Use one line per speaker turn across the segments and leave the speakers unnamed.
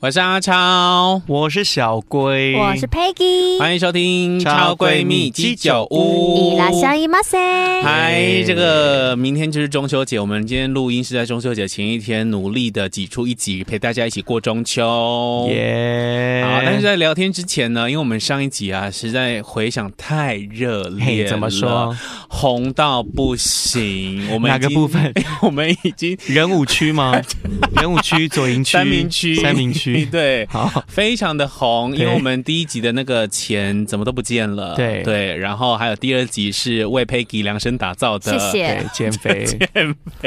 我是阿超，
我是小龟，
我是 Peggy，
欢迎收听《超
超
闺
闺蜜
蜜
鸡
鸡酒
酒
屋
伊》。拉夏伊马塞，
嗨，这个明天就是中秋节，我们今天录音是在中秋节前一天，努力的挤出一集陪大家一起过中秋。
耶、
好，但是在聊天之前呢，因为我们上一集啊，实在回想太热烈
嘿
了，
怎么说？
红到不行。我们
哪个
已经
部分？
我们已 经
仁武 区吗？仁武区、左营区、
三明区，
三明区。
对，
好，
非常的红，因为
对
我们第一集的那个钱怎么都不见了，
对
对，然后还有第二集是为 Peggy 量身打造的，
谢谢
对，减肥，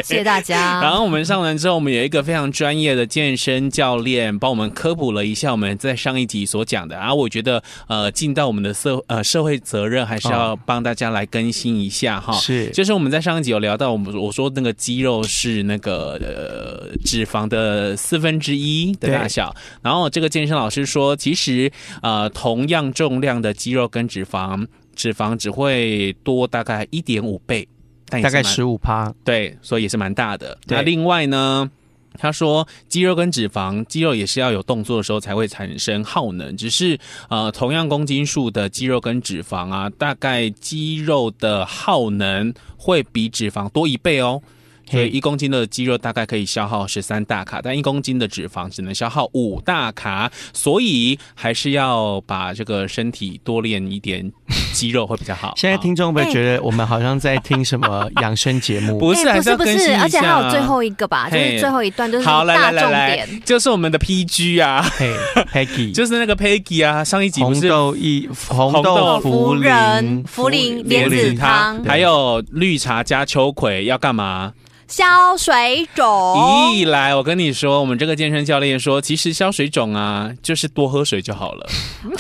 谢谢大
然
家。哎
后我们上完之后，我们有一个非常专业的健身教练帮我们科普了一下我们在上一集所讲的。然后啊我觉得，呃，尽到我们的社呃社会责任，还是要帮大家来更新一下哈。
哦是
就是我们在上一集有聊到，我们我说那个肌肉是那个呃脂肪的四分之一的大小，然后这个健身老师说，其实呃同样重量的肌肉跟脂肪，脂肪只会多大概一点五倍，但也
大
哎是蛮
概十五趴。
对，所以也是蛮大的。
对
那另外呢，他说肌肉跟脂肪，肌肉也是要有动作的时候才会产生耗能，只是呃，同样公斤数的肌肉跟脂肪啊，大概肌肉的耗能会比脂肪多一倍哦。所以
嘿
一公斤的肌肉大概可以消耗十三大卡，但一公斤的脂肪只能消耗五大卡，所以还是要把这个身体多练一点肌肉会比较好。
现在
啊
听众会不会觉得我们好像在听什么养生节目？
不
哎
是还
不
是要
是不
更新一下啊，
是，而且还有最后一个吧，就
嘿
是最后一段，就是
好，来
大
来来
重
来
点，。
就是我们的 PG 啊，
嘿，Peggy，
就是那个 Peggy 啊，上一集不
红
是
豆一
红
红
豆
豆
夫
茯
人、
苓，
茯苓
苓
莲子汤
对
还有绿茶加秋葵要干嘛？
消水肿，
咦，来，我跟你说，我们这个健身教练说，其实消水肿啊，就是多喝水就好了。
五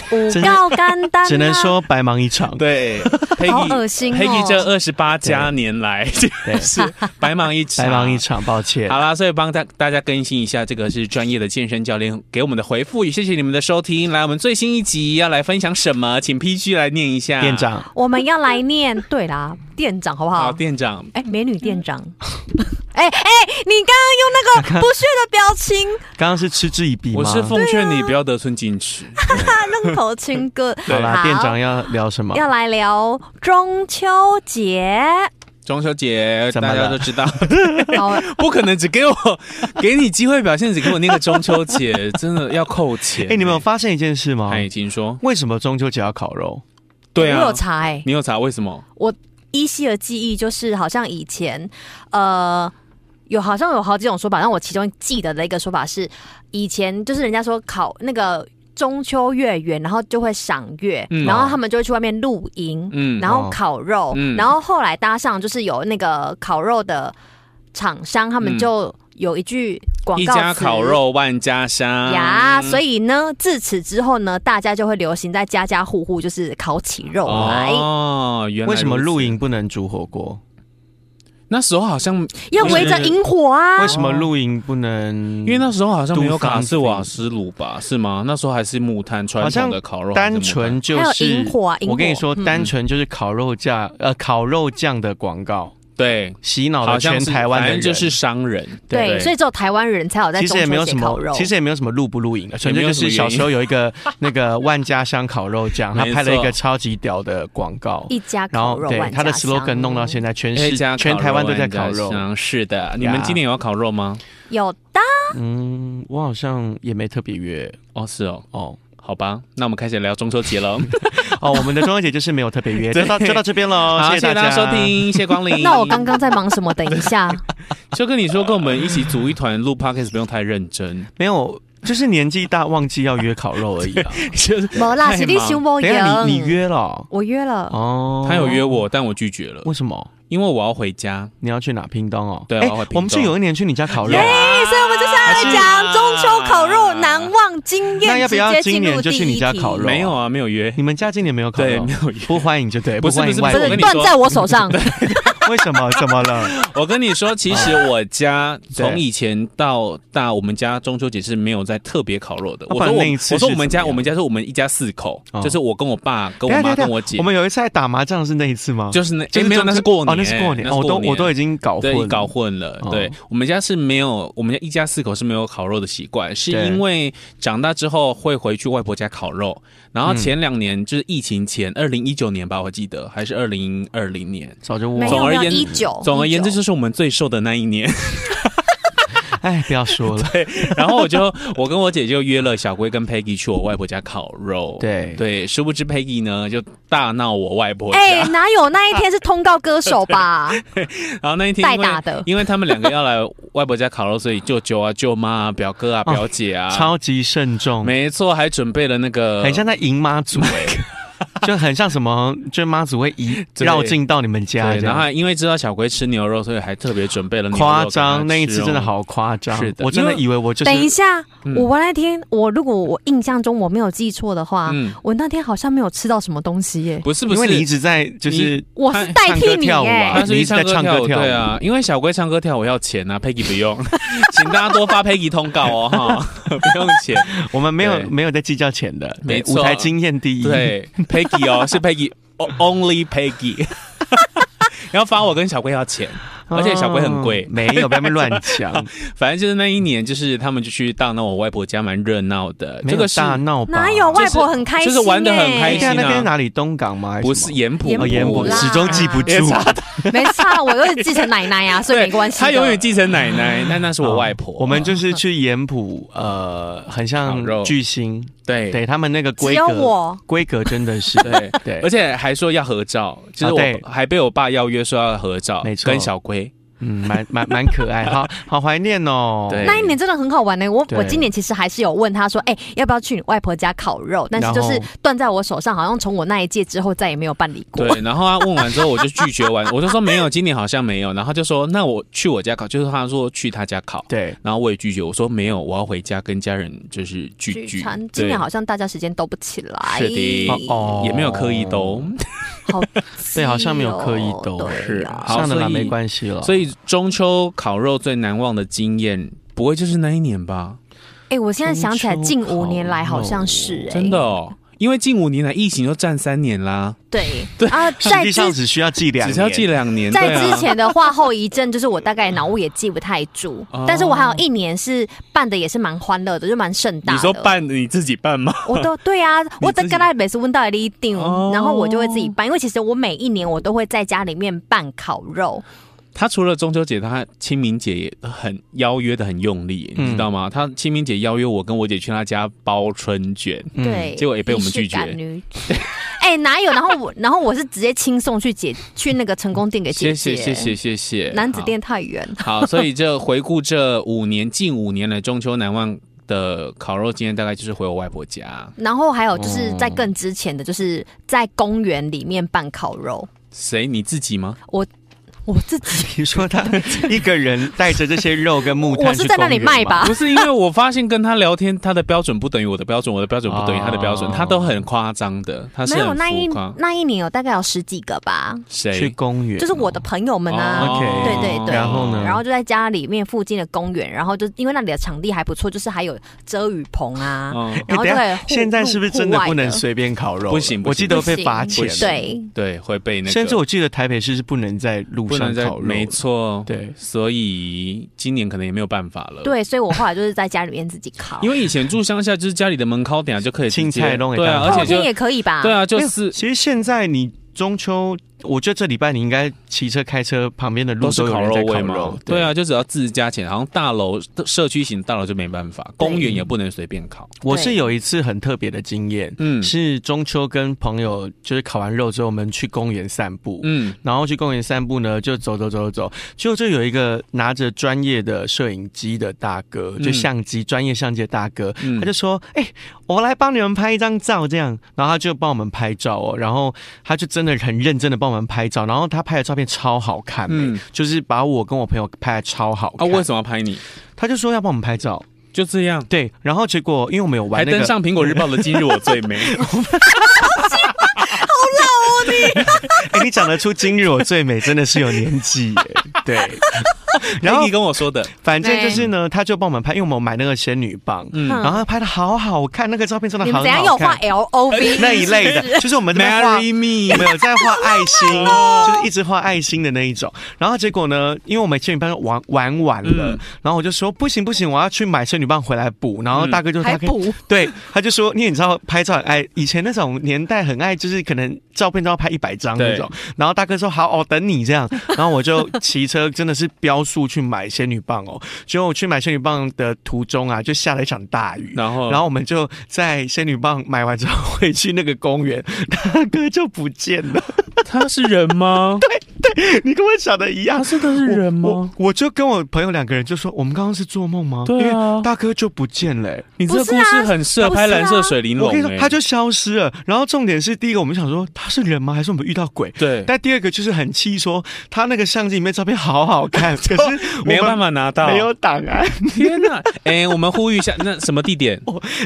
告肝丹啊，
只能说白忙一 场。
对
好
，Peggy
恶心哦
Peggy 这二十八加年来就是 白忙一场，
白忙一。场，抱歉。
好啦，所以帮大大家更新一下，这个是专业的健身教练给我们的回复，也谢谢你们的收听。来，我们最新一集要来分享什么？请 PG 来念一下。
店长，
我们要来念，对啦，店长好不
好，
好？
店长，
哎，美女店长， 哎哎，你刚刚用那 个不屑的表情，
刚刚是嗤之以鼻吗？
我是奉劝你不要得寸进尺。
哈，愣头青哥，
好啦，店长要聊什么？
要来聊中秋 节，
中秋节
怎么
大家
了
都知道，
哦，
不可能只给我 给你机会表现，只给我那个中秋节， 真的要扣钱。欸
哎、你们有发现一件事吗？
哎，请说。
为什么中秋节要烤肉？
对
我
啊
有，查哎、
你有查为什么？
依稀的记忆就是好像以前，呃。有好像有好几种说法，但我其中记得的一个说法是，以前就是人家说考那个中秋月圆，然后就会赏月，
嗯
然后他们就会去外面露营，
嗯
然后烤肉，
嗯
然后后来搭上就是有那个烤肉的厂商，他们
嗯
就有一句广
一
告词
家烤肉万家香
呀，
嗯
所以呢，自此之后呢，大家就会流行在家家户户就是烤起肉来，
哦，原来
为什么
如此
露营不能煮火锅？
那时候好像，
要围着萤火啊
为。什么露营不能？
哦因为那时候好像没有
Do
卡式
something
瓦斯炉吧？是吗？啊那时候还是木炭传
好像
统的烤肉，
单纯就
还有
是
萤火啊，萤火
我跟你说，
嗯
单纯就是烤肉酱、呃烤肉酱的广告，
对，
洗脑
好
了
像
全
是
台湾的
反
人。
正就是商人，
对，所
以
以只有台湾人才有在
其
中
实也没
秋
有
节
什
烤
么
肉。，
其实也没有什么露不露营啊的，纯
也
粹
没有
就
什么
是小
原因
时候有一个那个万家香烤肉酱， 他
没
拍了一
错
个超级屌的广告，
一家
然
烤
后
肉
对
万
他的
家香
slogan 弄到现在，全
哎
市全台湾都在烤肉。
是的，你们
呀
今年有要烤肉吗？
有的。
嗯，我好像也没特别约
哦，是哦，
哦。
好吧，那我们开始聊中秋节 了。
哦，我们的中秋节就是没有特 别约，
对
就到就到这边喽，
好，
谢
谢谢
大
大家
家
收。听，谢谢光临
那我刚刚在忙什么？等一下，
就跟你说，跟我们一起组一团录 podcast，不用太认真。
没有，就是年纪大忘记要约烤肉而已啊。
就是
没啦，
太
是你
忙
想我
等一下
赢。
哎你你约了
我约了，
哦？
他有约我，但我拒绝了，
为什么？
因为我要回家。
你要去哪？屏东哦。
对
哎
我要回屏东
我们是有一年去你家烤肉
耶、
啊。
哎
所以我们就是要来
啊
讲中秋烤肉难忘经
那
验，
要
直
不要
接进
今年
入
就
第
去你
一
家
题。
烤肉
没有啊，没有约。
你们家今年没有烤
对，
肉
没，有约。
不欢迎就对，
不是
欢
不
迎
是
外
不
真
是
人
的
我跟你说
断在我手上，
为什么？怎么了？
我跟你说，其实我家从
对
以前到大，我们家中秋节是没有在特别烤肉的。
那
我
啊不然
说我
那一
们，
次
我说
是
我们
怎
家，
么样
我们家是我们一家四口，
哦
就是我跟我爸、跟
等
我妈、
一下等一下
跟我姐
我，们有一次在打麻将是那一次吗？
就是那
就
诶没有，那是过年，
哦，那是过年，哦我都我都已经搞混
对
了，
搞混了。
哦
对我们家是没有，我们家一家四口是没有烤肉的习惯，是
对
因为长大之后会回去外婆家烤肉。然后
嗯
前两年、就是疫情前，二零一九年吧，我记得还是二零二零年。
早就
没
忘
总
有
了。
而
没
言
有哦一九，
总而言之，
19
就是我们最瘦的那一年。
哎，不要 说了，
然后我就，我跟我姐就约了小龟跟 Peggy 去我外婆家烤肉。
对
对，殊不知 Peggy 呢就大闹我外婆家。
哎、哪有那一天是通告歌手吧？
然后那一天
代
因为
打的
因为他们两个要来外婆家烤肉，所以舅舅啊、舅妈啊、表哥啊、
哦
表姐啊，
超级慎重，
没错，还准备了那个
很像在迎妈祖哎， 就很像什么，就妈祖会移
对
绕境到你们家
对，
这
然后
样，
还因为知道小龟吃牛肉，所以还特别准备了牛肉
夸
给他吃哦
张。那一次真的，好夸张
是，的
我真的
因为
以为我就
等一
是
下，
嗯
我那天我如果我印象中我没有记错的话，
嗯，
我那天好像没有吃到什么东西耶、
不是不
因
是，
为你一直在就是
我是代
唱
替
歌
你
跳舞
耶、
啊
他是一
你一直在唱歌
舞，
跳舞
对啊，因为小龟唱歌跳舞要钱啊，Peggy 不用， 请大家多发 Peggy 通告哦哈， 不用钱，
我们没有
对
没有在计较钱的，对
没错
舞台经验第一。，啊
对 Peggy 哦，是 Peggy，Only Peggy，然后发我跟小龟要钱，而且小龟很贵
没有不要被乱讲，
反正就是那一年，就是他们就去到那我外婆家，蛮热闹的。
没
这
有
个是
大闹吧？
哪有外婆很开心、耶
就是玩得很开
哎？
心
对啊，那边
啊
是哪里东港吗？还
不
什
是
么哦
盐埔，
盐
盐
埔
埔，
啦
始终记不
也
住。
没差，我都是继承奶奶 呀、所以没关系的。
他永远继承奶奶，但那是我外婆。
啊 我们就是去盐埔，呃，很
烤
像
肉
巨星，
对
对他们那个
只
规
有
格，
我，
规格真的 是
对，
对
而，且还说要合照，就是
啊对
我还被我爸邀约说要合照，
没错
跟小龟。
嗯，蛮蛮蛮可爱， 好好怀念哦。
对
那一年真的很好玩呢、我
对
我今年其实还是有问他说，哎、要不要去你外婆家烤肉？但是就是
然后
断在我手上，好像从我那一届之后再也没有办理过。
对，然后他问完之后，我就拒绝完，我就说没有，今年好像没有。然后他就说那我去我家烤，就是他说去他家烤，
对，
然后我也拒绝，我说没有，我要回家跟家人就是聚聚。
餐今
对
年好哎像大家时间都不起来，
是的
哦哦，
也没有刻意兜，
好挤哦，
对，好像没有刻意都
对
是
啊
好
嗯算了啦，
所以
没关系了。
所以中秋烤肉最难忘的经验，不会就是那一年吧？
哎，我现在想起来，
中秋
近五年来
烤肉
好像是哎，
真的哦，因为近五年来疫情都占三年啦，
对
对
啊，
实
在
际
之
上只需要记两
只是要
年，
记两年，
在
对啊
之前的话，后遗症就是我大概脑雾也记不太住
哦，
但是我还有一年是办的也是蛮欢乐的，就蛮盛大
你
的。
说办你自己办吗？
我都对啊，我
自
在
己
跟他每次问到一定
哦，
然后我就会自己办，因为其实我每一年我都会在家里面办烤肉，
他除了中秋节，他清明节也很邀约的很用力，
嗯
你知道吗？他清明节邀约我跟我姐去他家包春卷，
嗯
对，
结果也被我们拒绝
仪式感女子哎、哪有？然后我，然后我是直接轻送去姐去那个成功店给姐
谢
姐。
谢谢谢谢谢。
男子店太远，
好，好所以这回顾这五年近五年来中秋难忘的烤肉经验，大概就是回我外婆家。
然后还有就是
哦
在更之前的，就是在公园里面办烤肉。
哦
谁你自己 吗？
我自己，
你说 他一个人带着这些肉跟木炭，
我是在那里卖？吧
不？是因为我发现跟他聊天，他的标准不等于我的标准，我的标准不等于他的标准，
哦
他都很夸张的，他是
没有
很
那一
浮夸。
那一年有大概有十几个吧，
去
谁？
公园，
就是我的朋友们啊。
哦
OK，
对对对，
然后呢？
然后就在家里面附近的公园，然后就因为那里的场地还不错，就是还有遮雨棚啊，
嗯，
然后就
哎等
会
一
户
下现在是不是真的不能
户外
随便烤肉了？
不行不行
我记得
不行
被罚钱。
对，
对，会被那个。
甚至我记得台北市是不能在路
不能
上
再
烤肉的，
没错，
对
所以今年可能也没有办法了。，
对，所以我后来就是在家里面自己烤，
因为以前住乡下，就是家里的门口等下就可以直接
青菜弄给
对啊，
大家
而
后
且
天
就
哦也可以吧？
对啊，就
没有
是
其实现在你中秋，我觉得这礼拜你应该骑车、开车，旁边的路
都是
有
烤
人
肉
在
味
烤
嘛
肉。。
对啊，，就只要自家钱，好像大楼社区型大楼就没办法，公园也不能随便烤。
我是有一次很特别的经验，
嗯
是中秋跟朋友就是烤完肉之后，我们去公园散步。
嗯，
然后去公园散步呢，就走走走走走，结果就有一个拿着专业的摄影机的大哥，就
嗯
相机、专业相机的大哥，
嗯
他就说：“哎、我来帮你们拍一张照，这样。”然后他就帮我们拍照哦，然后他就真的很认真的帮我们拍照，然后他拍的照片超好看、嗯
嗯，
就是把我跟我朋友拍的超好
啊，
看。
为什么要拍你？
他就说要帮我们拍照，
就这样，
对，然后结果因为我们有
还
玩那
登
个。
上苹果日报的今日我最美。
好老哦，天
哎、你讲得出今日我最美，真的是有年纪 耶。对， 然后
你跟我说的，
反正就是呢，他就帮我们拍，因为我们买那个仙女棒，
嗯
嗯
然后他拍的好好看，那个照片真的
你
很
们
好
怎
看。
样有画 L O V
那一类 的，就是我们在画
，Marry me，
我们有在画爱心，
哦
就是一直画爱心的那一种。然后结果呢，因为我们仙女棒玩玩完了，
嗯
然后我就说不行不行，我要去买仙女棒回来补。然后大哥就
还
他跟、
补
对，他就说，因为你知道拍照很爱，以前那种年代很爱，就是可能照片都要拍一百张那种。然后大哥说好哦，等你这样。然后我就骑车真的是飙速去买仙女棒哦。结果我去买仙女棒的途中啊，就下了一场大 雨。
然后
然后我们就在仙女棒买完之后回去那个公园，大哥就不见了。
他是人吗？对，
你跟我想的一样
他，真的是人吗？
啊我我就跟我朋友两个人就说，我们刚刚是做梦吗？
对啊
因为大哥就不见了、欸
你这个
不是
故
啊
事很适合拍蓝色水玲珑
我跟你说，
欸
他就消失了。然后重点是，第一个我们想说他是人吗？还是我们遇到鬼？
对，
但第二个就是很气，说他那个相机里面照片好好看，可是
没有办
法。
法拿到。
没有档案，
天哪！哎，我们呼吁一下，那什么地点？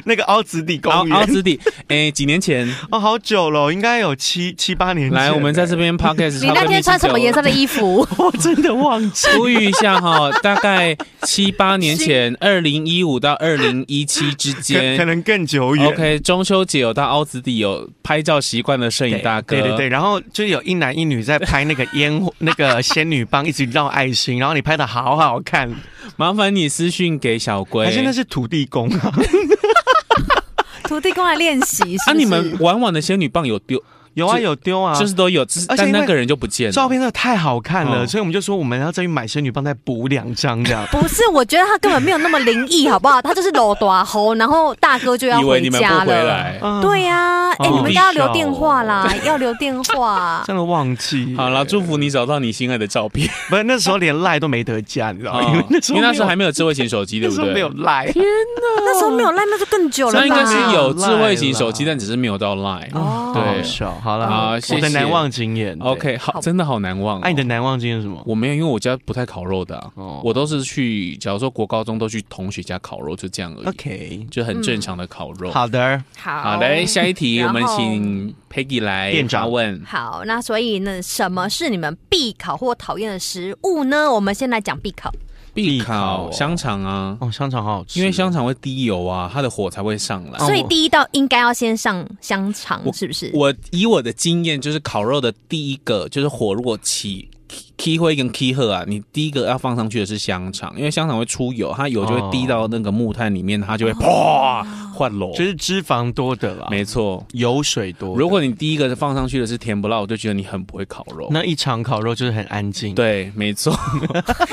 那个凹子底
奥
公
奥
园
兹地，哎，几年前
哦，好久了，应该有七七八年前了。
来，我们在这边 podcast，
你那天穿什么颜色？的衣服？
我真的忘记
呼吁一下哈， 大概七八年前，二零一五到二零一七之
可 可
间。
能更久远。
OK，中秋节有到奥兹地有拍照习惯的摄影大哥，
对对对，然后就有一男一女在拍那个烟火， 那个仙女棒一直绕爱心，然后你拍的好好看，
麻烦你私讯给小龟。
还是那是土地公啊，
土地公来练习，是
啊，
不
你
是。
们玩玩的仙女棒有丢，
有啊
就
有丢啊，
就是都有，只是
而且
但
因为
那个人就不见了。
照片真的太好看了，
哦
所以我们就说我们要再去买仙女棒再补两张 这样
不是？我觉得他根本没有那么灵异，好不好？他就是搂短猴，然后大哥就要
以为
回
你们不
家
回
了。
来。
啊
对呀，哎，
哦
你们应该要留电话啦，要留电 话。
真的忘记
好了，祝福你找到你心爱的照片。
不是那时候连赖都没得加，你知道吗？因为
哦
那时候
因为那时候
没
还
有
没有智慧型手机，对
那
不
时候
对？
没有赖，
那时候没有赖，那就更久了吧。
那应该是有
没有
智慧型
Line
手机，
啦
但只是没有到 Line。
哦
对，
对
好笑好了，
好
我
谢谢
的难忘经验。对
OK，好，真的好难忘哦。
哎，你的难忘经验是什么？
我没有，因为我家不太烤肉的啊。
哦
我都是去，假如说国高中都去同学家烤肉，就这样而已，
OK，嗯
就很正常的烤肉。
好的，
好，
好，来下一题，我
然
们
后
请 Peggy 来
店长
发问。
好，那所以呢，什么是你们必考或讨厌的食物呢？我们先来讲必考。
必
必烤
烤
哦
香肠啊，
哦，香肠好好吃，
因为香肠会滴油啊，它的火才会上来。
哦
所以第一道应该要先上香肠，
我
是不是？
我以我的经验，就是烤肉的第一个就是火，如果起。K 灰跟 K 鹤啊，你第一个要放上去的是香肠，因为香肠会出油，它油就
哦
会滴到那个木炭里面，它就会啪换楼。
就是脂肪多的啦，
没错，
油水多的。
如果你第一个放上去的是甜不辣，我就觉得你很不会烤肉。
那一场烤肉就是很安静，，
对，没 错，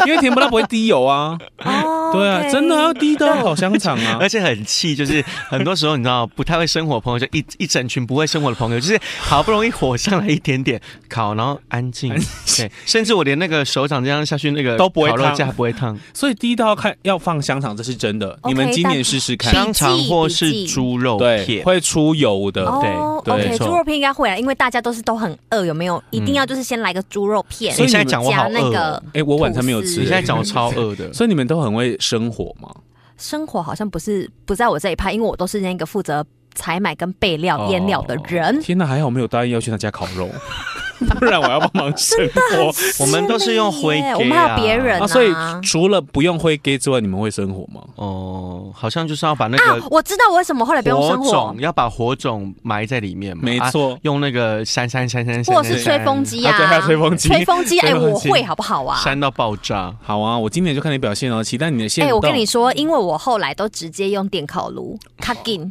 因为甜不辣不会滴油啊。
哦
对啊，
OK
真的啊要滴到烤香肠 啊
而。且很气，就是很多时候你知道不太会生火的朋友，就一一整群不会生火的朋友，就是好不容易火上来一点点烤，然后安静，对，甚至我连那个手掌这样下去，那个
都不会
烤肉
烫
架不会烫，
所以第一道看要放香肠，这是真的。
OK，
你们今年试试看
笔记，
香肠或是
笔记
猪肉
对，
片，
会出油的。
哦
呃对对
没
，OK，
错
猪肉片应该会来，因为大家都是都很饿，有没有？一定要就是先来个猪肉片，
所以
你现在讲我
加
好
那
饿
个
哦，
哎、我晚餐没有
吐司
吃、
你现在讲我
欸
超饿的，
所以你们都很会生火吗？
生活好像不是不在我这一派，因为我都是那个负责采买跟备料、
哦
腌料的人。
天哪，还好没有答应要去他家烤肉， 不然我要帮忙生
啊
火。
哦我们都是用灰
耶
给啊
我们还有别人
啊，所以除了不用灰给之外，你们会生火吗？
哦，好像就是要把那
啊
个，
我知道我为什么后来不用
火
生火
种，要把火种埋在里面嘛，
没
啊
错
用那个扇扇扇扇扇，
或者是吹风机啊，
啊对还有吹风机
吹风机，哎，
吹风
我
机
会好不好啊？
扇到爆炸。
好啊，我今年就看你表现哦，期待你的线
哎、
动。
我跟你说，因为我后来都直接用电烤炉，卡金，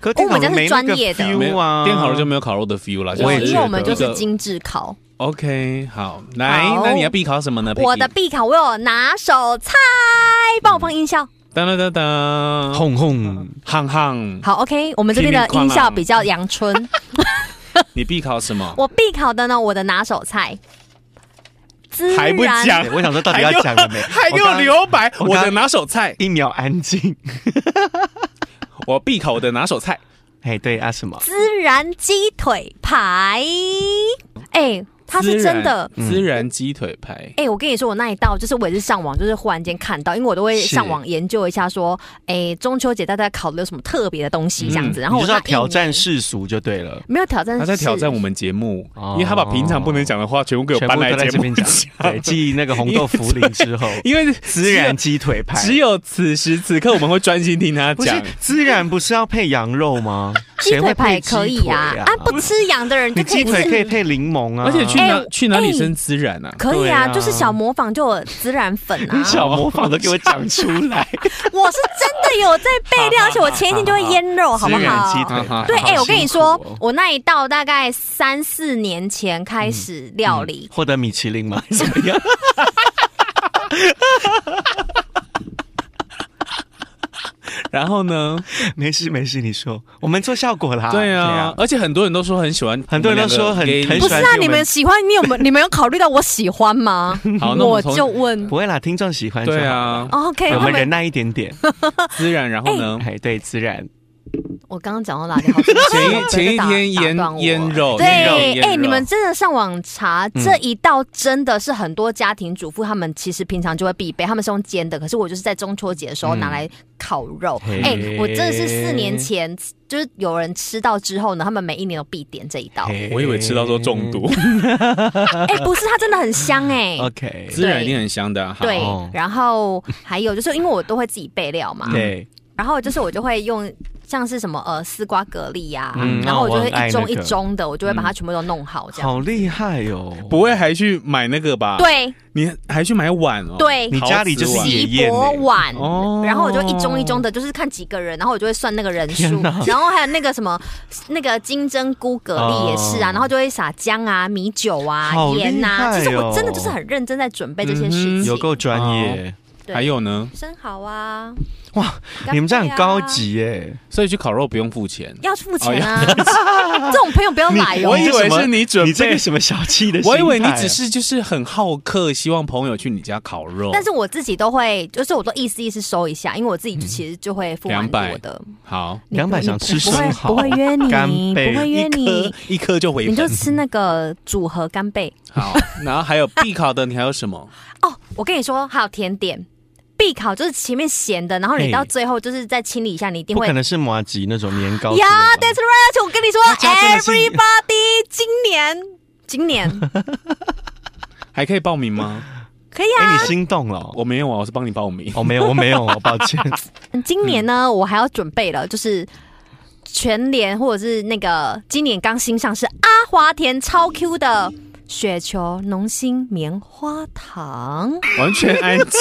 可电
我们
烤
家
炉
是
没那
专
个
业的
没
feel
有
啊，
电烤肉就没有烤肉的 feel 了。
我也
是
因
觉
为
得
我们就
一
是
个
精致烤。
OK 好，来，那你要必烤什么呢？
啊
我的
Peggy？
必烤，我有拿手菜，帮我放音效。
当当当当，
轰轰。
夯夯，
嗯
好，OK，我们这边的
啊
音效比较阳 春。
你必烤什么？
我必烤的呢，我的拿手菜，孜
还不
然
讲
对我想说到底要讲了 没？
还给我
刚
留白，
我
我
刚
的拿手菜，
一秒安静。
我必烤我的拿手菜。
哎，对啊，什么？
孜然鸡腿排。哎、它是真的。
孜然鸡腿排，
哎、我跟你说，我那一道就是我也是上网，就是忽然间看到，因为我都会
是
上网研究一下，说，哎、中秋节大家考虑有什么特别的东西这样子。然
嗯
后
你
我
就是
那
要
一
挑战
年
世俗就对了。
没有挑战，
他在挑战我。们节目，
哦
因为他把平常不能讲的话全部给我
全
搬
部
来
都在
节
这
目
边讲，对，继那个红豆茯苓之 后，
因为
孜然鸡腿排，
只有此时此刻我们会专心听他
不是
讲。
孜然不是要配羊肉吗？
鸡
谁会
腿排也
配鸡
可以
腿
啊，啊，不吃羊的人
你
就可
鸡
以
腿可以
吃。
配柠檬啊，
而且去
哎
哪、
我
去哪里
哎
生孜然啊？
可以
对
啊，
啊
就是小模仿就有孜然粉 啊
你， 小模仿都给我讲出 来，
我是真的有在备料，而且我前一天就会腌肉，哦好不
孜然鸡
好？
腿排，
对，
好
哎、我跟你说
辛苦，哦
我那一道大概三四年前开始料理，
嗯获得米其林吗？ 怎么样？
然后呢？
没事没事，你说，我们做效果啦。
对啊，，而且很多人都说很喜欢，
很多人都说很很喜
不是
欢
啊？
给
你
我们
们喜欢，你有没 有你们有考虑到我喜欢吗？
好那我
我
们从
就哦问
不会啦，听众喜欢就好
对，啊，
，OK，
我
他
们
们
忍耐一 点点。
孜然。然后呢？
哎，对，孜然，
我刚刚讲到哪里？好像
前一
是
前一
打
天
哎打
腌
断我
腌
哦
肉，
对，
腌肉腌
哎、
肉
你们真的上网查
嗯
这一道，真的是很多家庭主妇他们其实平常就会必备，他们是用煎的，可是我就是在中秋节的时候
嗯
拿来烤肉。
嘿
哎、我真的是四年前，就是有人吃到之后呢，他们每一年都必点这一道。哎、
我以为吃到说中。毒，
不是，它真的很香 哎、
OK，
孜然一定很香的啊。好
对
哦，
然后还有就是因为我都会自己备料嘛，
对，
然后就是我就会用像是什么呃丝瓜蛤蜊呀、
嗯
然后我就
哦我
会
很爱
一盅
那
一
个嗯
盅的，我就会把它全部都弄好这样。
好厉害哦！
不会还去买那个吧？，
对
你还去买碗哦？
对，
你家里就
陶
是
瓷碗
野
锡
宴
箔
欸
碗，
哦
然后我就一盅一盅的，就是看几个人，然后我就会算那个人数
天哪，
然后还有那个什么那个金针菇蛤蜊也是啊，
哦
然后就会撒姜啊、米酒啊、
好厉害
盐啊，其实我
哦
真的就是很认真在准备这些事
嗯
有
情，
够专
哦
业，
对
还有呢，
生蚝啊，
哇
干贝啊，
你们这样很高级耶！
所以去烤肉不用付钱。
要付钱啊， 这种朋友不要来
你
哦
我。以为是你准
你这
备
个，什么小气的心态
我
啊？
以为你只是就是很好客，希望朋友去你家烤肉。
但是我自己都会，就是我都意思意思收一下，因为我自己就其实就会付蛮
200
多的。
好，
你不
200想吃
你不会
生蚝
不会约你，
干
不
贝
会约
一
你
颗，一颗就回
你就
本。
吃那个组合干贝。
好，然后还有必烤的，你还有什么？
哦，我跟你说，还有甜点。必烤就是前面咸的，然后
哎
你到最后就是再清理一下，你一定
不
会
可。能是麻吉那种年糕之类的吧
呀，That's right！而且我跟你说
他家真的是
，Everybody，今年 今年
还可以报名吗？
可以
哎，
啊
你。心动了哦？
我没有啊，我是帮你报名。
哦，没有，我没有，抱歉。
今年呢，我还要准备了，就是全联或者是那个今年刚新上市阿华田超 Q 的雪球浓心棉花糖。
完全安静。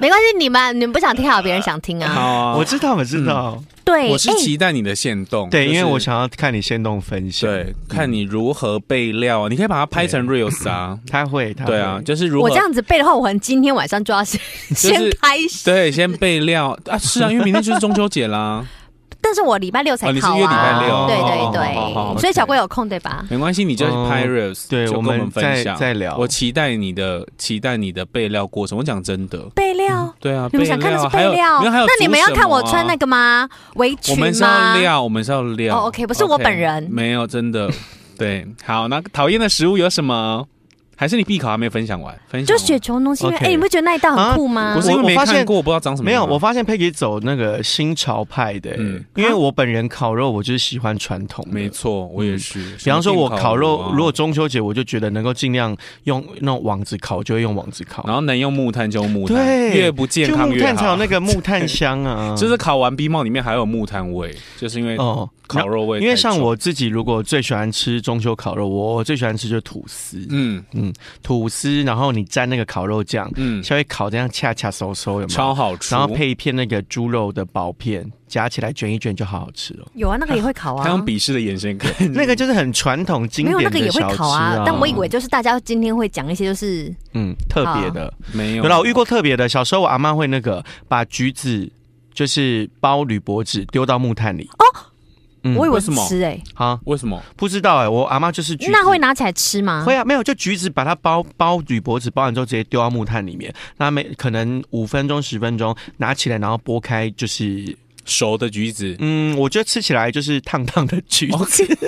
没关系，你们你们不想听，还有别人想听
好
啊。
啊，
我知道，我知道，
对，
我是
哎
期待你的现动，
对，
嗯就是
因为我想要看你先动分享。
对，看你如何备料啊，你可以把它拍成 reels 啊。
他会，他会
对啊，，就是如
我
何
这样子背的话，我可能今天晚上就要先、
是
先开始。
对，先备料啊，是啊，因为明天就是中秋节啦，
但是我礼拜六才
哦你是
考
约礼
啊，
拜六
对
哦
对
好好好
对，所以小贵有空对吧？
没关系，你就去
哦
拍
嗯
reels，
对
就
我
跟
们
我们分享，
再再聊
我期待你的，期待你的备料过程。我讲真的，
备料，
对啊，
你们想看的是
还
备
有
料，
没有还有
那你们
煮
要
什
看
么
我穿
啊
那个吗？围
我
裙
们是
吗
要？料，我们是要料。
哦，OK，不是我本人
没有，真 的。对，好，那讨厌的食物有什么？还是你必考还没分享完？分享
就
完
雪啊球东西面，
OK
哎、你不觉得那一道很酷吗？
不是
我
因为
我
没
发
看
现
过，我不知道长什么
没有，
样。啊
我发现 Peggy 走那个新潮派的、欸
嗯
因为我本人烤肉，我就是喜欢传统的。
没错，我也是。
嗯比方说，我烤
什么
肉
电，啊
如果中秋节，我就觉得能够尽量用那种网子烤，就会用网子烤
然。后能用木炭就用木炭，
对，
越不健康
就木
越
炭才有
好。。
那个木炭香 啊
就是烤完冰帽里面还有木炭味，就是因为
哦，
烤肉味太重。
因为像我自己，如果最喜欢吃中秋烤肉，我我最喜欢吃就是吐司，
嗯
吐司，然后你蘸那个烤肉酱，
嗯，
稍微烤这样恰恰嗖嗖，有没
超
有？
好吃。
然后配一片那个猪肉的薄片，夹起来卷一卷就好好吃哦。
有啊，那个也会烤啊。
他用鄙视的眼神看着你，
那个就是很传统经
没有那
典的
个也会
小吃
烤
啊。
但我以为就是大家今天会讲一些就是
嗯特别的，
没有
有啦，我遇过特别的。小时候我阿妈会那个把橘子就是包铝箔纸丢到木炭里。哦，嗯
我以为
为什
是
么
吃哎、
啊
为什么？
不知道哎、我阿妈就是橘子
那会拿起来吃吗？
会啊，没有就橘子把它包包铝箔纸包完之后直接丢到木炭里面，那每可能五分钟十分钟拿起来，然后剥开就是
熟的橘子，
嗯，我觉得吃起来就是烫烫的橘子。
OK，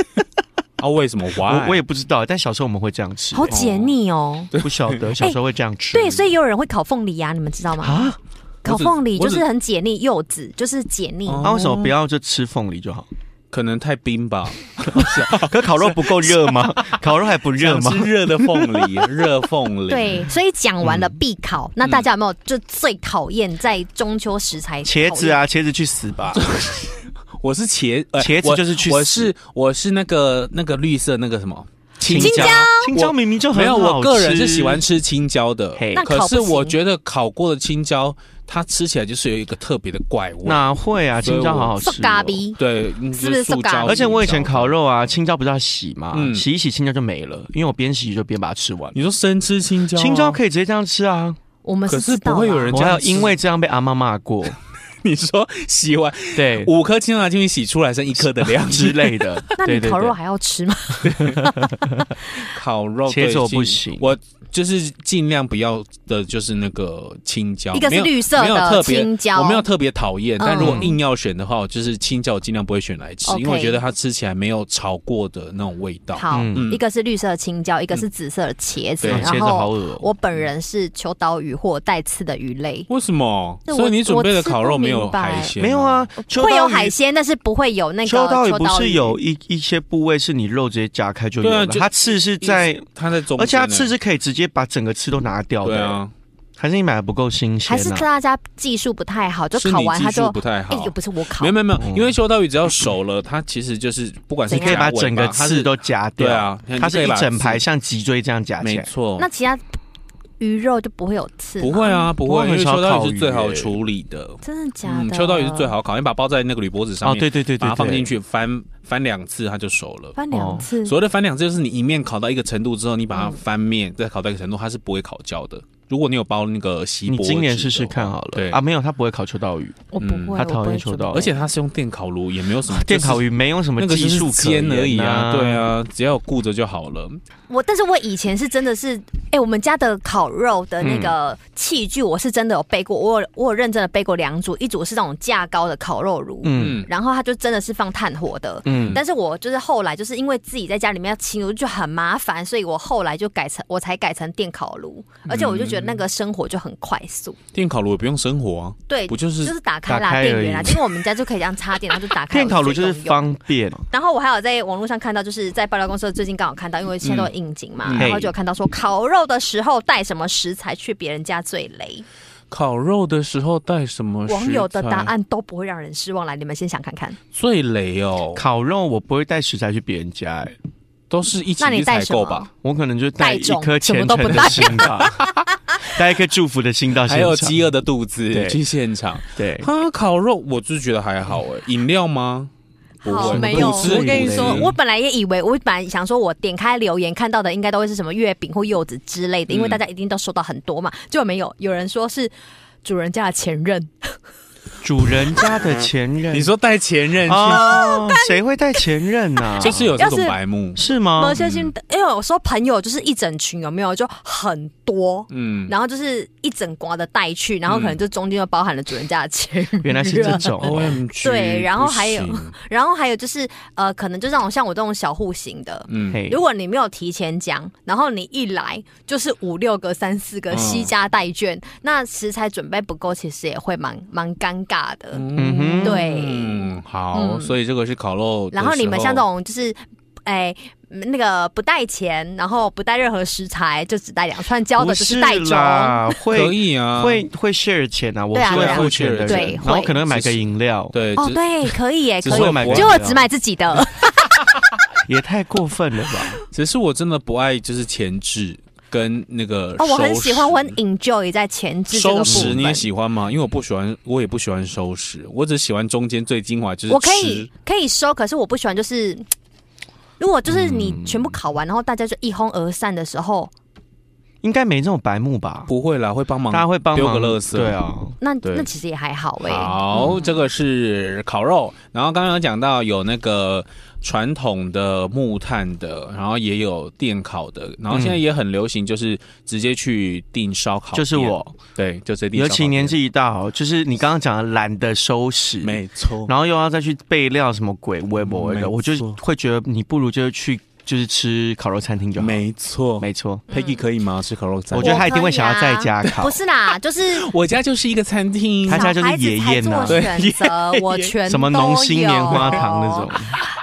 啊，为 什么？
我
Why？
我也不知道，但小时候我们会这样吃，
好解腻哦。
不晓得小时候会这样吃。
对，所以也有人会烤凤梨呀、你们知道吗？
啊，
烤凤梨
我
就
只
是很解腻，柚子就是解腻。
哦
啊那为什么不要就吃凤梨就好？
可能太冰吧，
可烤肉不够热 吗？烤肉还不热吗
想？吃热的凤 梨，热凤梨。
对，所以讲完了
嗯
必烤，那大家有没有就最讨厌在中秋食
嗯
材？
茄子，啊，茄子去死吧！
我是茄，呃
茄子
我
就是去
我
死
是我是那个那个绿色那个什么青
椒
青椒明明就很
没有，我
好
个人是
吃
喜欢吃青椒的
嘿
那，
可
烤不
是我
行
觉得烤过的青椒，它吃起来就是有一个特别的怪味。
哪会啊？
所以
青椒好好
塑
吃、
嘎
哦。
逼。
对，嗯
是
就
不是
塑胶？
而且我以前烤，肉啊，青椒不是要洗嘛，
嗯
洗一洗青椒就没了，因为我边洗就边把它吃完。
你说生吃青椒啊，
青椒可以直接这样吃啊，
我们
可
是
是
知道
不会有人这
我还有
样吃。
因为这样被阿妈骂过，
你说洗完
对
五颗青椒进去洗出来剩一颗的量
之
汁，
类的
。那你
对对
烤肉
对
还要吃吗？
烤肉
茄子
对
我
尽
不行
我就是尽量不要的，就是那个青椒，
一个
哦没
是
有
绿色
没有
的
特别
青椒，
我没有特别讨厌，但如果
嗯
硬要选的话，我就是青椒我尽量不会选来吃，因为我
OK
觉得它吃起来没有炒过的那种味道。
好，
嗯
一个是绿色的青椒，一个是紫色的茄子，
对
茄
然
子好
后
恶哦、
我本人是秋刀鱼或带刺的鱼类，
为什么？
那我
所以你准备的烤肉没有海鲜？
没有啊，，秋
会有
刀鱼
海鲜，但是不会有那个
秋刀鱼
秋
不
刀
是
鱼
啊
有一一些部位是你肉直接夹开就有了，
对啊就
它刺是在，
它在中间欸，
而且它刺是可以直接把整个刺都拿掉的。
对啊，
还是你买的不够新鲜、啊？
还是大家技术不太好，就是烤
你
完
技
它就
术不太
哎，
好
又。不是我烤
没有，没有没有
嗯，
因为修道鱼只要熟了，它其实就是不管是
你可以
夹
把
尾巴
整个
它
刺
是
都夹掉。
对，啊，
它是
你可以
一
把
整排
刺，
像脊椎这样夹起
没
来。
错。
那其他鱼肉就不会有刺，
哦不会，啊，不会，
嗯很
因为
少
秋刀
烤
鱼
鱼
是最好
耶
处理的。
真的假
嗯，
的？
秋刀鱼是最，好烤，你把它包在那个铝箔纸上
哦，
面，
对对对对，
把它放
对
进。去翻翻两次，它就熟了。
翻两次，
哦所谓的翻两次，就是你一面烤到一个程度之后，你把它
嗯
翻面再烤到一个程度，它是不会烤焦的。如果你有包那个锡箔
你
纸的话，
今年试试看好了。
对
啊，没有，他不会烤秋刀鱼，
我不
嗯
会，
他
我不
讨厌
会
秋
做
刀鱼，
而且它是用电烤炉，也没有什么
哦电烤
鱼
鱼没有什么
那个就
技
是
术可
煎而已
言
啊，对，啊，只要有顾着就好了。
我，但是我以前是真的是，哎、我们家的烤肉的那
嗯
个器具，我是真的有备过，我有我有认真的备过两组，一组是那种架高的烤肉炉，
嗯
嗯，
然后它就真的是放炭火的。
嗯，
但是我就是后来就是因为自己在家里面要清炉就很麻烦，所以我后来就改成我才改成电烤炉，而且我就觉得那个生活就很快速，
电烤炉也不用生火啊，
对，
不就是
就是打开
打
啦
开
电源
而
啦，
已
因为我们家就可以这样插电，然后就打开。
电烤炉就是
我自己用用
方便。
然后我还有在网络上看到，就是在爆料公司最近刚好看到，因为现在都有应景嘛，
嗯
然后就有看到说烤肉的时候带什么食材去别人家最雷。
烤肉的时候带什么？
网友的答案都不会让人失望，来，你们先想看看。
最雷哦，
烤肉我不会带食材去别人家，哎，
都是一起
那你
去
带
采
什
购
么
吧。
我可能就带
带
一
种
颗
什么
虔
都
诚
不
的
带
心吧，带一颗祝福的心到现
还
场。
有饥饿的肚子
对
去现场，
对，
哈，烤肉我就觉得还好哎，饮料吗？不
好，
会，
没有。
不至于
我跟你说，
嘞
我本来也以为，我本来想说，我点开留言看到的应该都会是什么月饼或柚子之类的，因为
嗯
大家一定都收到很多嘛。结果没有，有人说是主人家的前任，
主人家的前任，
你说带前任去，
啊，谁会带前任呐？
就是有这种
要是
白目，
是吗
毛？线心，因为我说朋友就是一整群，有没有就很多，
嗯，
然后就是一整瓜的带去，然后可能就中间就包含了主人家的钱。
原来是这种
哦 O M G，
对然后还有 然后还有就是呃，可能就这种像我这种小户型的，
嗯，
嘿
如果你没有提前讲，然后你一来就是五六个、三四个
嗯
西家带卷，那食材准备不够，其实也会蛮蛮尴尬的。
嗯
嗯哼，
对
嗯，好，
嗯
所以这个是烤肉的时候。
然后你们像这种就是，哎、那个不带钱，然后不带任何食材，就只带两串椒的，
不
就是带粥。
啦，
可
会
以啊，
会会 share 钱啊，我
对啊
是会
对啊
付钱的
对
人，然后
会
可能买个
只是
饮料，
对，
哦，
只
对，可以耶，
只
可
是
以
我
买。
不爱
结果只买自己 的，
也太过分了吧？
只是我真的不爱就是前置跟那个
哦，我很
收
喜欢，
拾
我很 enjoy 在前置这
收
个部
拾你也
分。
喜欢吗？因为我不喜欢，我也不喜欢收拾，我只喜欢中间最精华就是
我可
吃
以可以收，可是我不喜欢就是，如果就是你
嗯
全部烤完，然后大家就一哄而散的时候，
应该没这种白目吧？
不会啦，会帮忙
大家会帮
丢
忙
个垃圾，
对啊，
那
对
那其实也还好哎、
好，这个是烤肉，然后刚刚有讲到有那个传统的木炭的，然后也有电烤的，然后现在也很流行，就是直接去订烧烤店，
就是我，
对，就直接订
尤
烧烤
其
店，
年纪一大哦，就是你刚刚讲的懒得收拾，
没错，
然后又要再去备料什么鬼微博
哦嗯没
的，
错
我就会觉得你不如就是去就是吃烤肉餐厅就好。
没错
没错，
，Peggy 可以吗？吃烤肉餐？
我觉得他一定会想要在家烤
不。是啦，就是
我家就是一个餐厅
他，家就是野宴呐、
小孩子才做 选择我全
什么
都
农心棉花
有
糖那种，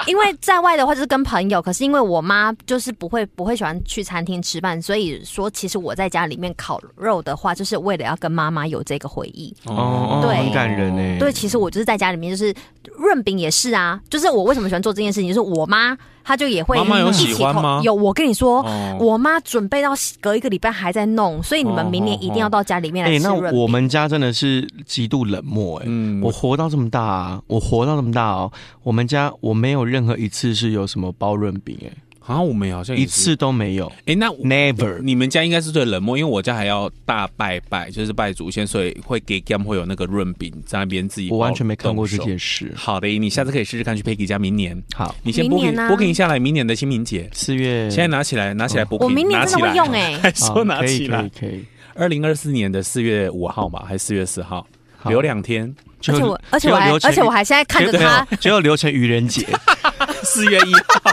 因为在外的话就是跟朋友，可是因为我妈就是不会不会喜欢去餐厅吃饭，所以说其实我在家里面烤肉的话，就是为了要跟妈妈有这个回忆。
哦，
对
很感人
嗯
哎、
对，其实我就是在家里面，就是润饼也是啊，就是我为什么喜欢做这件事情，就是我妈她就也会
妈妈有
一起
喜欢
投
吗
有，我跟你说。
哦
我妈准备到隔一个礼拜还在弄，所以你们明年一定要到家里面来
哦
哎、
吃
那
润饼。
我们家真的是极度冷漠哎、
嗯
我活到这么大、啊，我活到这么大哦，我们家我没有任何一次是有什么包润饼哎，
好像我们好像也
一
是
次嗯都没有
哎、那我
，never。
你们家应该是最冷漠，因为我家还要大拜拜，就是拜祖先，所以会给 Gam 会有那个润饼在那边自己。
我完全没看过这。件事。
好的，你下次可以试试看去 Peggy 家，明年
好，
你先 booking
明年啊
booking 下来，明年的清明节，
四月
现在拿起来，拿起来 booking，
我明年
拿
真的
起
会
来
用 哎、
还
好
说拿
哦可以
起来。
可以可以，
二零二四年的四月五号嘛，还是四月四号，
好
留两天。
而且我而且我还而且我还现在看着她，，
啊
只有流程愚人节，
四月一号，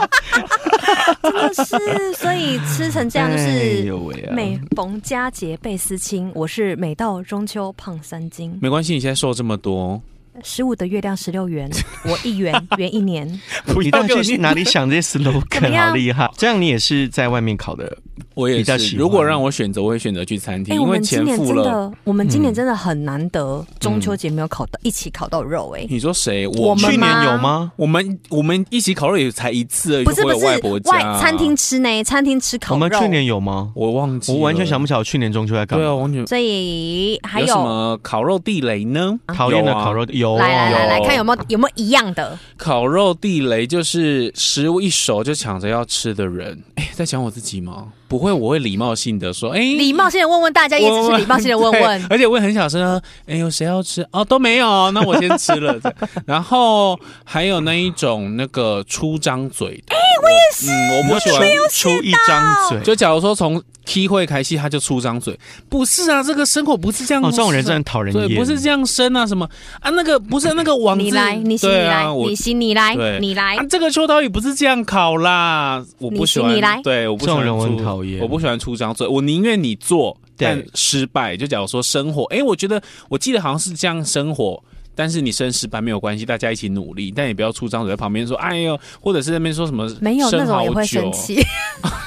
真的哦是，所以吃成这样就
哎
是
呦喂啊！
每逢佳节倍思亲，我是每到中秋胖三斤。
没关系，你现在瘦这么多，
十五的月亮十六 圆，我一圆圆一年。
不
你
要
到
给我
底去哪里想这些
怎么
slogan？
样
好厉害！这样你也是在外面考的，
我也
比较
是。
喜欢
如果让我选择，我会选择去餐厅，
哎、
因
我
为
们今
钱
年
付
真
了。
的，我们今年真的很难得中秋节没有烤到一起烤到肉哎、
你说谁？
我们
去
去年
年有吗？
我们我们一起烤肉也才一次而已，
不是
就
不
回
是
外婆家
外餐厅，吃呢，餐厅吃烤
我
肉。
们去年有吗？
我忘记，
我完全想不
起。
起来我去年中秋在干
对啊，
嘛。
我完全。
所以还
有
有
什么烤肉地雷呢？
讨厌的
有啊
烤肉有哦
来来来来
有
看有没有有没有一样的？
烤肉地雷就是食物一手就抢着要吃的人。哎，在讲我自己吗？不会，我会礼貌性的说，哎，
礼貌性的问问大家，也只是礼貌性的问问
对。而且我也很小声啊，哎，有谁要吃？哦，都没有，那我先吃 了。这样然后还有那一种那个出张嘴的，哎，我也是，嗯、我
你
不喜
说
欢
出出一张嘴，
就假如说从 K 会开戏，他就出张嘴，不是啊，这个生活不是这样，
哦，这种人真的讨人
对，
厌。
不是这样生啊，什么啊，那个不是那个网字，
你来，你行，你
对啊
来，
我
你行，你来
对，
你来
啊。，这个秋刀鱼不是这样烤啦，我不喜
你
欢，
行你来
对，我不喜欢
这种人我很
出
讨厌
我不喜欢出张嘴，我宁愿你做，
对
但失败。就假如说生活，哎，我觉得我记得好像是这样生活。但是你生失败没有关系，大家一起努力，但也不要出张嘴在旁边说“哎呦”，或者是在那边说什么
没有那
生
种
蚝
也会
酒
生气，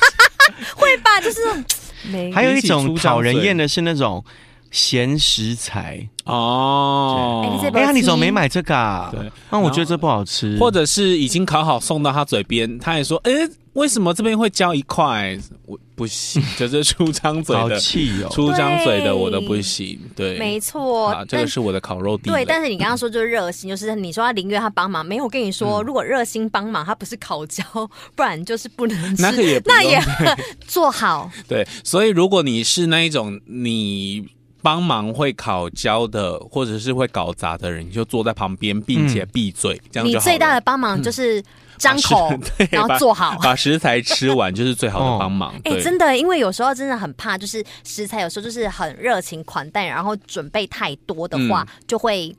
会吧？就是那种没
还有一
比
种
起出张嘴
讨人厌的是那种咸食材。
哦。
对哎你这
哎呀，你怎么没买这个啊？
对，
那我觉得这不好吃。
或者是已经烤好送到他嘴边，他也说：“哎、为什么这边会交一块？”我不行，就是出张嘴
好
的，
气哦。
出张嘴的
对
我都不行。对，
没错
啊，，这
但
个是我的烤肉地
对，
雷。
但是你刚刚说就是热心，就是你说要林月他帮忙，没有我跟你
嗯
说，如果热心帮忙，他不是烤焦， 不然就是不能吃，
那 个也不
那
用
也 做好。
对，所以如果你是那一种你。帮忙会烤焦的，或者是会搞砸的人，你就坐在旁边，并且闭嘴，这样
嗯你
就好了。嗯啊
最大的帮忙就是张口，
对
然后
把
做好。
把食材吃完，就是最好的帮忙。
哎、
对，
真的，因为有时候真的很怕，就是食材有时候就是很热情款待，然后准备太多的话，就会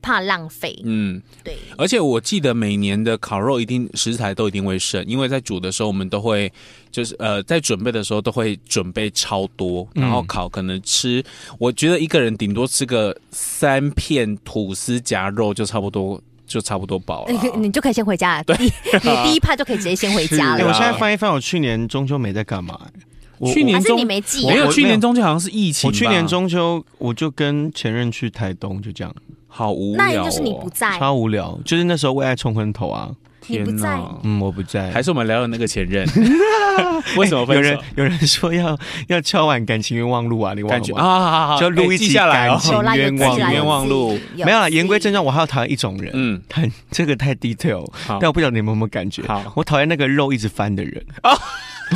怕浪费。
嗯，
对，
而且我记得每年的烤肉一定食材都一定会剩，因为在煮的时候我们都会就是呃在准备的时候都会准备超多，然后烤可能吃，我觉得一个人顶多吃个三片吐司夹肉就差不多就差不多饱了
你。你就可以先 回家了。第一你第一趴就可以直接先回家
啊是啊
哎，我
了。
现在翻一翻，我去年中秋没在干嘛？哎我
去年
还是
中
你没记
没
啊？
有，
我
去年中秋好像是疫情
我
吧。
去年中秋我就跟前任去台东，就这样，
好无聊、
那
哦，
也就是你不在，
超无聊。就是那时候为爱冲昏头啊。
你不
天
在，
哪
嗯，我不在。
还是我们聊聊那个前任，为什么
有
分
人
手？
有人说要要敲碗感情冤枉路啊？你忘
感觉
了
啊，
吗？
好好好，
就录
哎
一集
记下来哦
感。情
有啦有
冤枉
记啦
冤枉路
有记
没有啦，言归
记
正传，我还有讨厌一种人，
嗯，
很这个太 detail，
好
但我不晓得你们有没有感觉
好，哦
我讨厌那个肉一直翻的人啊，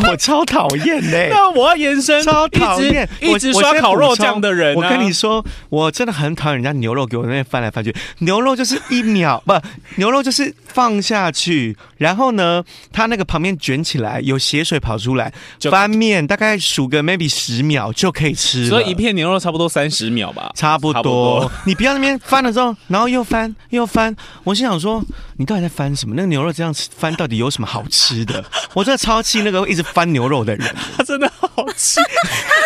我超讨厌 呢。
那我要延伸，
哎 超讨厌！
一直
我
一直
我
刷
先
烤
补
肉
充
酱的人啊、
我跟你说，我真的很讨厌人家牛肉给我在那边翻来翻去。牛肉就是一秒 不，牛肉就是放下去，然后呢，它那个旁边卷起来，有血水跑出来，
就
翻面大概数个 maybe 十秒就可以吃了。
所以一片牛肉差不多三十秒吧，
差不
差
多，
不多
你不要那边翻了之后，然后又翻又翻，我心想说，你到底在翻什么？那个牛肉这样吃翻到底有什么好吃的？我真的超气那个一直翻牛肉的人。
他真的好 气，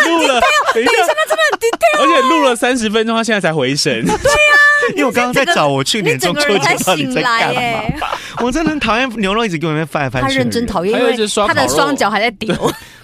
录了，等一下，
那真的很 detail，啊
而且录了三十分钟，他现在才回 神。
因为我刚刚在找我去年
你
中
整
秋
个人才
节到底
醒
在
来
干嘛。
耶！
我真的很讨厌牛肉一直给我们翻来翻
他
去的人。
认真讨厌，
还
因
有
为
一只刷
他的
烤肉
双脚还在抖。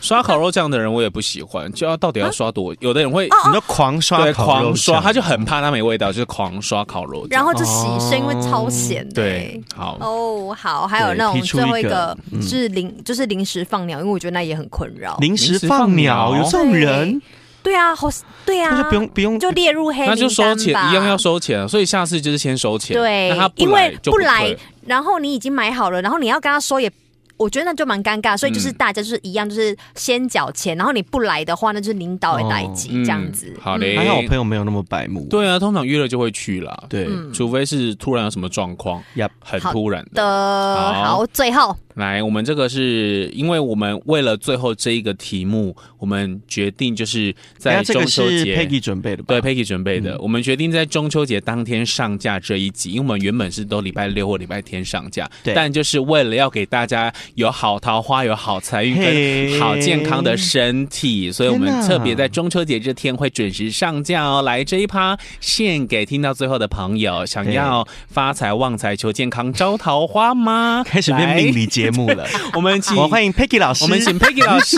刷烤肉酱的人我也不喜欢，就要到底要刷多？有的人
哦
会
你就狂刷
对
烤肉
狂刷，
酱
他就很怕它没味道，就是狂刷烤肉酱。
然后就洗身，因为
哦
超咸的、
对，好，
哦，好，还有
对
那种
提出
最后
一
一
个
个
嗯
是零，就是临时放鸟，因为我觉得那也很困扰。
临时
时
放
放
鸟，
鸟
有这种人，
对啊，好，对啊，
那就不用不用
就列入黑名
那
单
就收钱，
吧
一样要。收钱，所以下次就是先收钱。
对
那他，
因
不来
为
就不
来
退，
然后你已经买好了，然后你要跟他说也。我觉得那就蛮尴尬，所以就是
嗯
大家就是一样，就是先缴钱，然后你不来的话，那就是领导也待机
嗯
这样子。
好嘞，
哦还好我朋友没有那么白目。
对啊，通常约了就会去啦，
对，
嗯
除非是突然有什么状况，
Yup
很
好
突然的。
的，
好
嗯好，最后
来，我们这个是因为我们为了最后这一个题目，我们决定就是在
那这
中
个
秋
是
节。
Peggy 准备的
对？
吧
Peggy 准备
嗯
的，我们决定在中秋节当天上架这一集，因为我们原本是都礼拜六或礼拜天上架，
对
但就是为了要给大家有好桃花、有好财运
嘿
跟好健康的身体，所以我
天
们
哪
特别在中秋节这天会准时上架哦。来这一趴献给听到最后的朋友，想要发财旺财、求健康、招桃花吗？
开始变
来
命，理节目了。
我们请
我欢迎 Peggy 老师，
我们请 Peggy 老 师，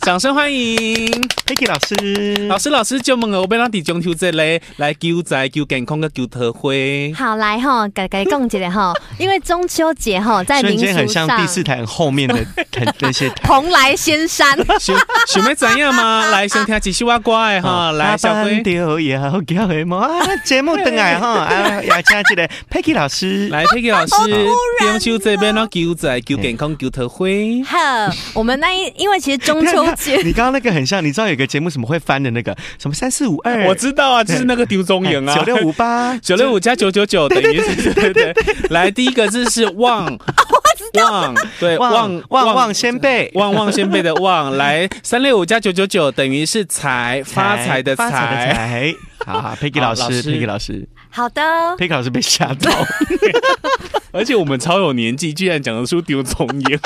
掌声欢迎。
Peggy 老师。
老师，老师，借问我要咱伫中秋节咧来救灾、救健康、个救桃花。
嗯
好来哈，改改共一 下哈，因为中秋节哈在
瞬
民
间
俗
很像
上，
第四台后面的很那些台。
蓬莱仙山，
想 想要怎样吗？来，先听一首我歌的 哈，哦来，小
龟
龟，
啊丢也好叫的嘛，啊节目等来哈，啊，也请这个 Peggy 老师。
来，Peggy 老师，中秋节要怎救灾、救健康、救桃花？
呵，我们那一因为其实 中秋节
你刚刚那个很像，你知道有个节目什么会翻的那个什么三四五二， 哎
我知道啊，就是那个丢中营啊，
九六五 八，
九六五加九九九等于是对对对。来，第一个字是 望，望，对，
旺
望
旺旺先辈，
哎 旺旺先辈的旺，来三六五加九九九等于是财，发财的
发财
财。
的财。好好，Peggy
好
老
老
师
师
，Peggy 老师
好的，
，Peggy 老师被吓 到。
而且我们超有年纪，居然讲得出丢重影。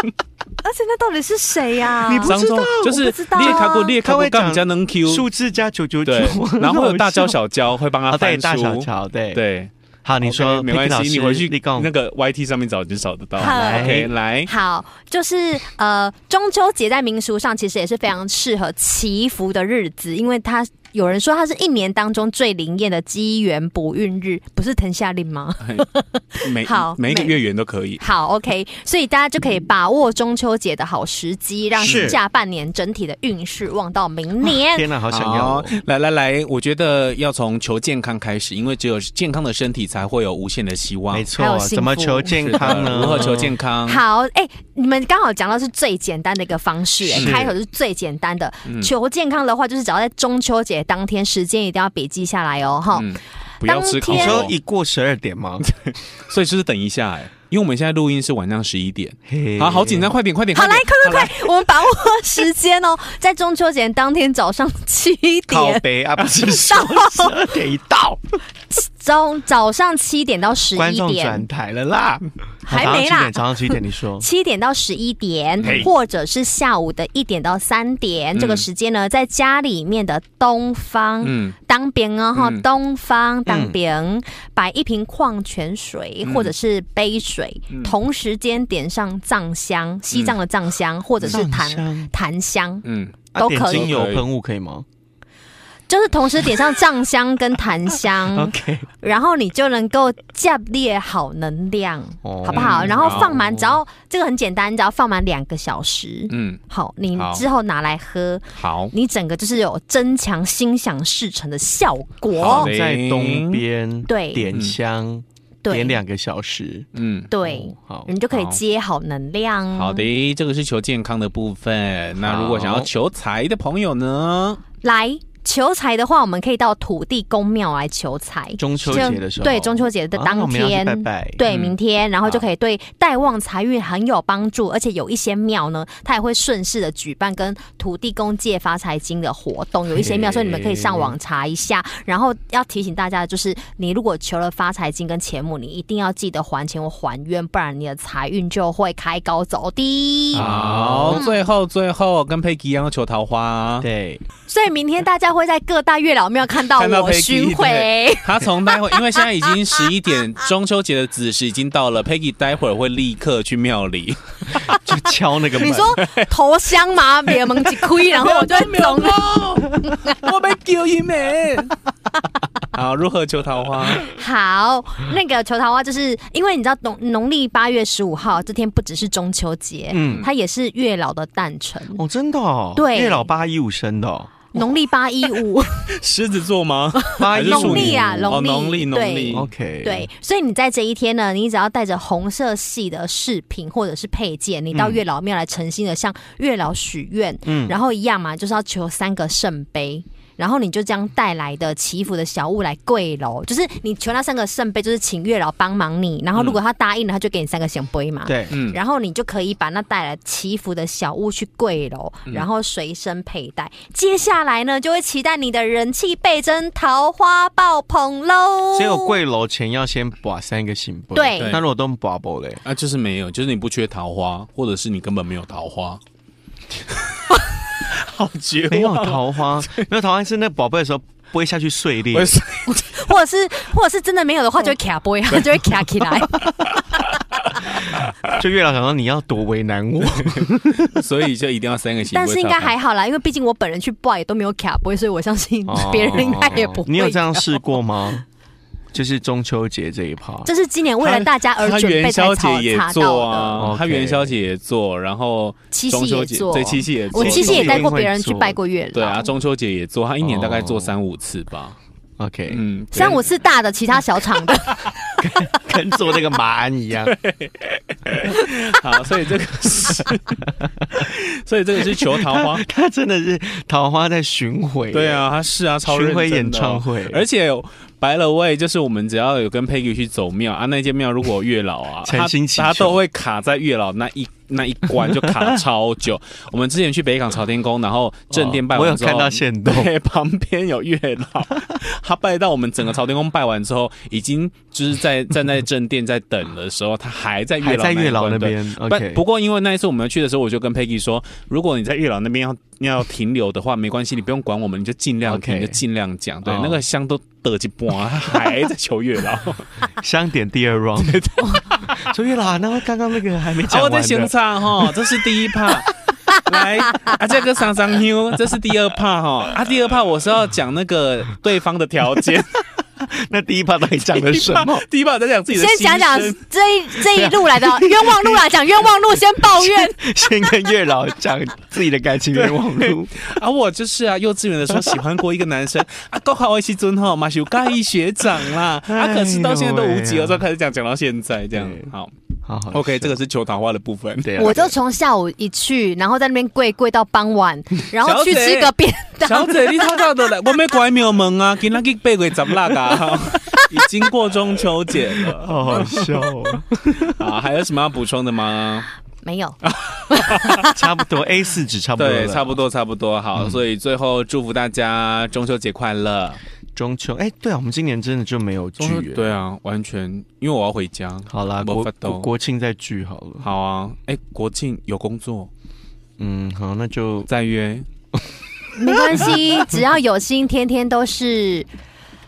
而且那到底是谁呀、
你 不
张忠就是
我不知道啊
列卡过列卡
他
过
会讲
干比较能 Q，
数字加九九九
对，， 然后会有大焦
娇
小焦会帮他
哦对
翻
大小
书，
乔对。
对，
好，你说
OK，没关
Peggy 老
系，
师
你回去
立功
那个 YT 上面找就找得到。
好
OK，来，
好，就是呃，中秋节在民俗上其实也是非常适合祈福的日子，因为它有人说它是一年当中最灵验的机缘补运日，不是藤下令吗？
每
好
每一个
每
月圆都可以。
好，OK，所以大家就可以把握中秋节的好时机，让
是
下半年整体的运势望到明年。
啊天哪，好想要哦！
来来来，我觉得要从求健康开始，因为只有健康的身体才会有无限的希望
没。
还有
错，
幸福
怎么求健康
是的
呢？
如何求健康？
好，哎、你们刚好讲到是最简单的一个方式、哎
是嗯
开头是最简单的。求健康的话，就是只要在中秋节当天，时间一定要笔记下来哦，哈、
嗯，不要吃烤
你
当
说
肉，
一过十二点吗？
所以就是等一下哎，因为我们现在录音是晚上十一点，
嘿
好好紧张，。快点快点，
好，来，
点
快快快，我们把握时间哦， 在中秋节当天早上七
靠
点，
背啊，不是 说十二点一到，
中早上七点到十
观
一
众转
点，
台了啦。好
还没
早上七点，
啦
早上七点，你 说
七点到十一点
嘿，嗯
或者是下午的一点到三点，这个时间呢，在家里面的东方。
嗯，
当兵哦，哈、
嗯
东方当兵，
嗯
摆一瓶矿泉水或者是杯水，
嗯
同时间点上藏香，西藏的藏香，或者是
檀
檀
嗯香
檀香，
嗯，
啊
都
点
可以
精油喷雾可以吗
就是同时点上藏香跟檀香，
？OK，
然后你就能够架列好能量，
哦
好不好？
嗯
然后
好
放满，只要这个很简单，你只要放满两个小时，
嗯，
好，你
好
之后拿来喝，
好，
你整个就是有增强心想事成的效
好
果
嘞。
在东边
哦对
点香，
对
点两个小时，
嗯。
对
哦，好
你就可以
好
接好能量。
好，的，这个是求健康的部分。那
好
如果想要求财的朋友呢？
来求财的话，我们可以到土地公庙来求财。
中秋节的时候，
对中秋节的
啊我
当
们要去
天，
拜拜，
对，
嗯
明天，然后就
好
可以对带旺财运很有帮助，而且有一些庙呢，它也会顺势的举办跟土地公借发财金的活动，有一些庙，所以你们可以上网查一下。然后要提醒大家的就是，你如果求了发财金跟钱母，你一定要记得还钱或还愿，不然你的财运就会开高走低。
啊好，最后最后跟佩奇一样要求桃花。
对，
所以明天大家会在各大月老庙看 到
看到
我
Peggy，
巡回
对。他从待会，因为现在已经十一点，中秋节的子时已经到了。Peggy 待会儿会立刻去庙里，
就敲 那个门。
你说头 香吗？别蒙几亏，然后哦我啊就会走了。
我被丢一枚。好，如何求桃花？
好，那个球桃花就是因为你知道农农历八月十五号这天不只是中秋节，
嗯
它也是月老的诞辰。
哦，真的哦，
对
月老八一五生的 哦，
农历八一 五，
狮子座吗？
八一
还是处
五
啊农
女
历啊，
哦
农历，
农历农
对
历
OK，
对，所以你在这一天呢，你只要带着红色系的饰品或者是配件，你到月老庙来诚心的向月老许愿，
嗯
然后一样嘛，就是要求三个圣杯。然后你就这样带来的祈福的小物来跪楼，就是你求那三个圣杯，就是请月老帮忙你。然后
嗯
如果他答应了，他就给你三个圣杯嘛。
对，
嗯，
然后你就可以把那带来祈福的小物去跪楼，
嗯
然后随身佩戴。接下来呢，就会期待你的人气倍增，桃花爆棚喽！
只有跪楼前要先把三个行不？
对
那如果都不把 不嘞，
啊，就是没有，就是你不缺桃花，或者是你根本没有桃花。 好绝
没有桃 花，没有桃花是那宝贝的时候不会下去碎裂
我。是
或者是或者是真的没有
哦
的话，就会卡波， 它就会卡起来。
就月老想说你要多为难我，
所以就一定要三个行。
但是应该还好啦，因为毕竟我本人去报也都没有卡波，所以我相信
哦
别人应该也不会。
你有这样？试过吗？就是中秋节这一趴，
这是今年为了大家而
他
准备
元
才
宵
查
节也
查
做
到的，
啊，
OK
他元宵节也做，然后
七
中
夕
秋
也
节
做，
对七夕也做，
我七夕也带过别人
中秋
去
也会
拜过月
对啊，
老。
中秋节也做，他一年大概
哦
做三五次吧。
OK，
嗯，对
三五次大的，其他小厂的，
跟做那个马鞍一样。
好，所以这个是， 所以这个是求桃花。
他真的是桃花在巡回，
对，啊，他是啊，超认真的
巡回演唱会，
而且白了位，就是我们只要有跟 Peggy 去走庙啊，那间庙如果有月老 啊，
诚
他
心祈求
他都会卡在月老那一那一关，就卡超久。 我们之前去北港朝天宫，然后正殿拜
哦我
完
有
之后，
看到现动，
对，旁边有月老， 他拜到我们整个朝天宫拜完之后，已经就是在站在正殿在等的时候，他还在
还
月老
在
一
月老
关
那
对
边。
不
OK，
不过，因为那一次我们去的时候，我就跟 Peggy 说，如果你在月老那边要要停留的话，没关系，你不用管我们，你就尽量
OK
你就尽量讲。对
哦，
那个香都得一半，他还在求月 老。啊，
香点第二 round，说月老，那刚刚那个还没讲
我
完
在行
的，
唱哈，哦这是第一趴。来啊，这个上上妞，这是第二趴哈。啊，第二趴我是要讲那个对方的条 件，
那第一趴到底讲了什么？
第一趴我在讲自己的
先
心声。
讲讲这一这一路来 的冤枉路啦，讲冤枉路，先抱怨。
先跟月老讲自己的感情愿望录，
啊，我就是啊，幼稚园的时候喜欢过一个男 生啊，高考我一起尊吼，马修盖一学长啦，啊，可是到现在都无疾而终，开始讲讲到现在这样
对，
好
好好
，OK，这
个
个是求桃花的部分。
对啊，
我就从下午一去，然后在那边跪跪到 傍晚，然后去
小姐
吃个便
小姐，你偷偷的来，我没关没有门啊，今天去八月十六 啊，已经过中秋节了
好好笑哦，
啊，还有什么要补充的吗？
没有。
差不多 A 四纸差不多了，嗯
对，差不多，差不多，好，所以最后祝福大家中秋节快乐。
中秋，哎，对啊，我们今年真的就没有
中秋
剧，，
对啊，完全，因为我要回家。
好啦，
没
国
法度
国国庆再聚好了，
好啊，哎，国庆有工作
嗯，好，那 就
再约。
没 关系，只要有心，天天都是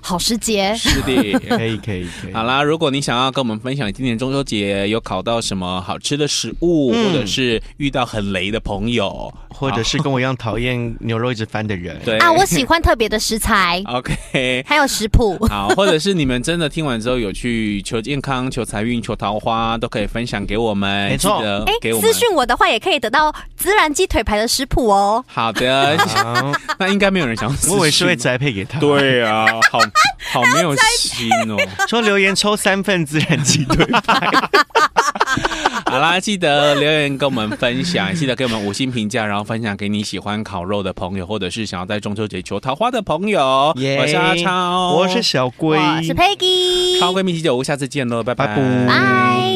好时节。
是的。
可以可以可以，
好啦，如果你想要跟我们分享今年中秋节有烤到什么好吃的食物，
嗯
或者是遇到很雷的朋友，
或者是跟我一样讨厌牛肉一直翻 的人，
对
啊，我喜欢特别的食 材，
OK。
还有食谱。
好，或者是你们真的听完之后有去求健康、求财运、求桃花，都可以分享给我们。
没错
记得
哎
给，我们
私。讯我的话也可以得到孜然鸡腿排的食谱哦。
好的，
好，
那应该没有人想要私
我
讯吧。
以为是会栽配给他，
对啊，好好没有心哦。
说留言抽三份自然鸡腿 派，
好啦，记得留言跟我们分享，记得给我们五星评价，然后分享给你喜欢烤肉的朋友，或者是想要在中秋节求桃花的朋友。
耶
我是阿超，
我是小龟，
我是 Peggy，
超闺蜜啤酒屋，下次见喽，拜
拜拜
拜。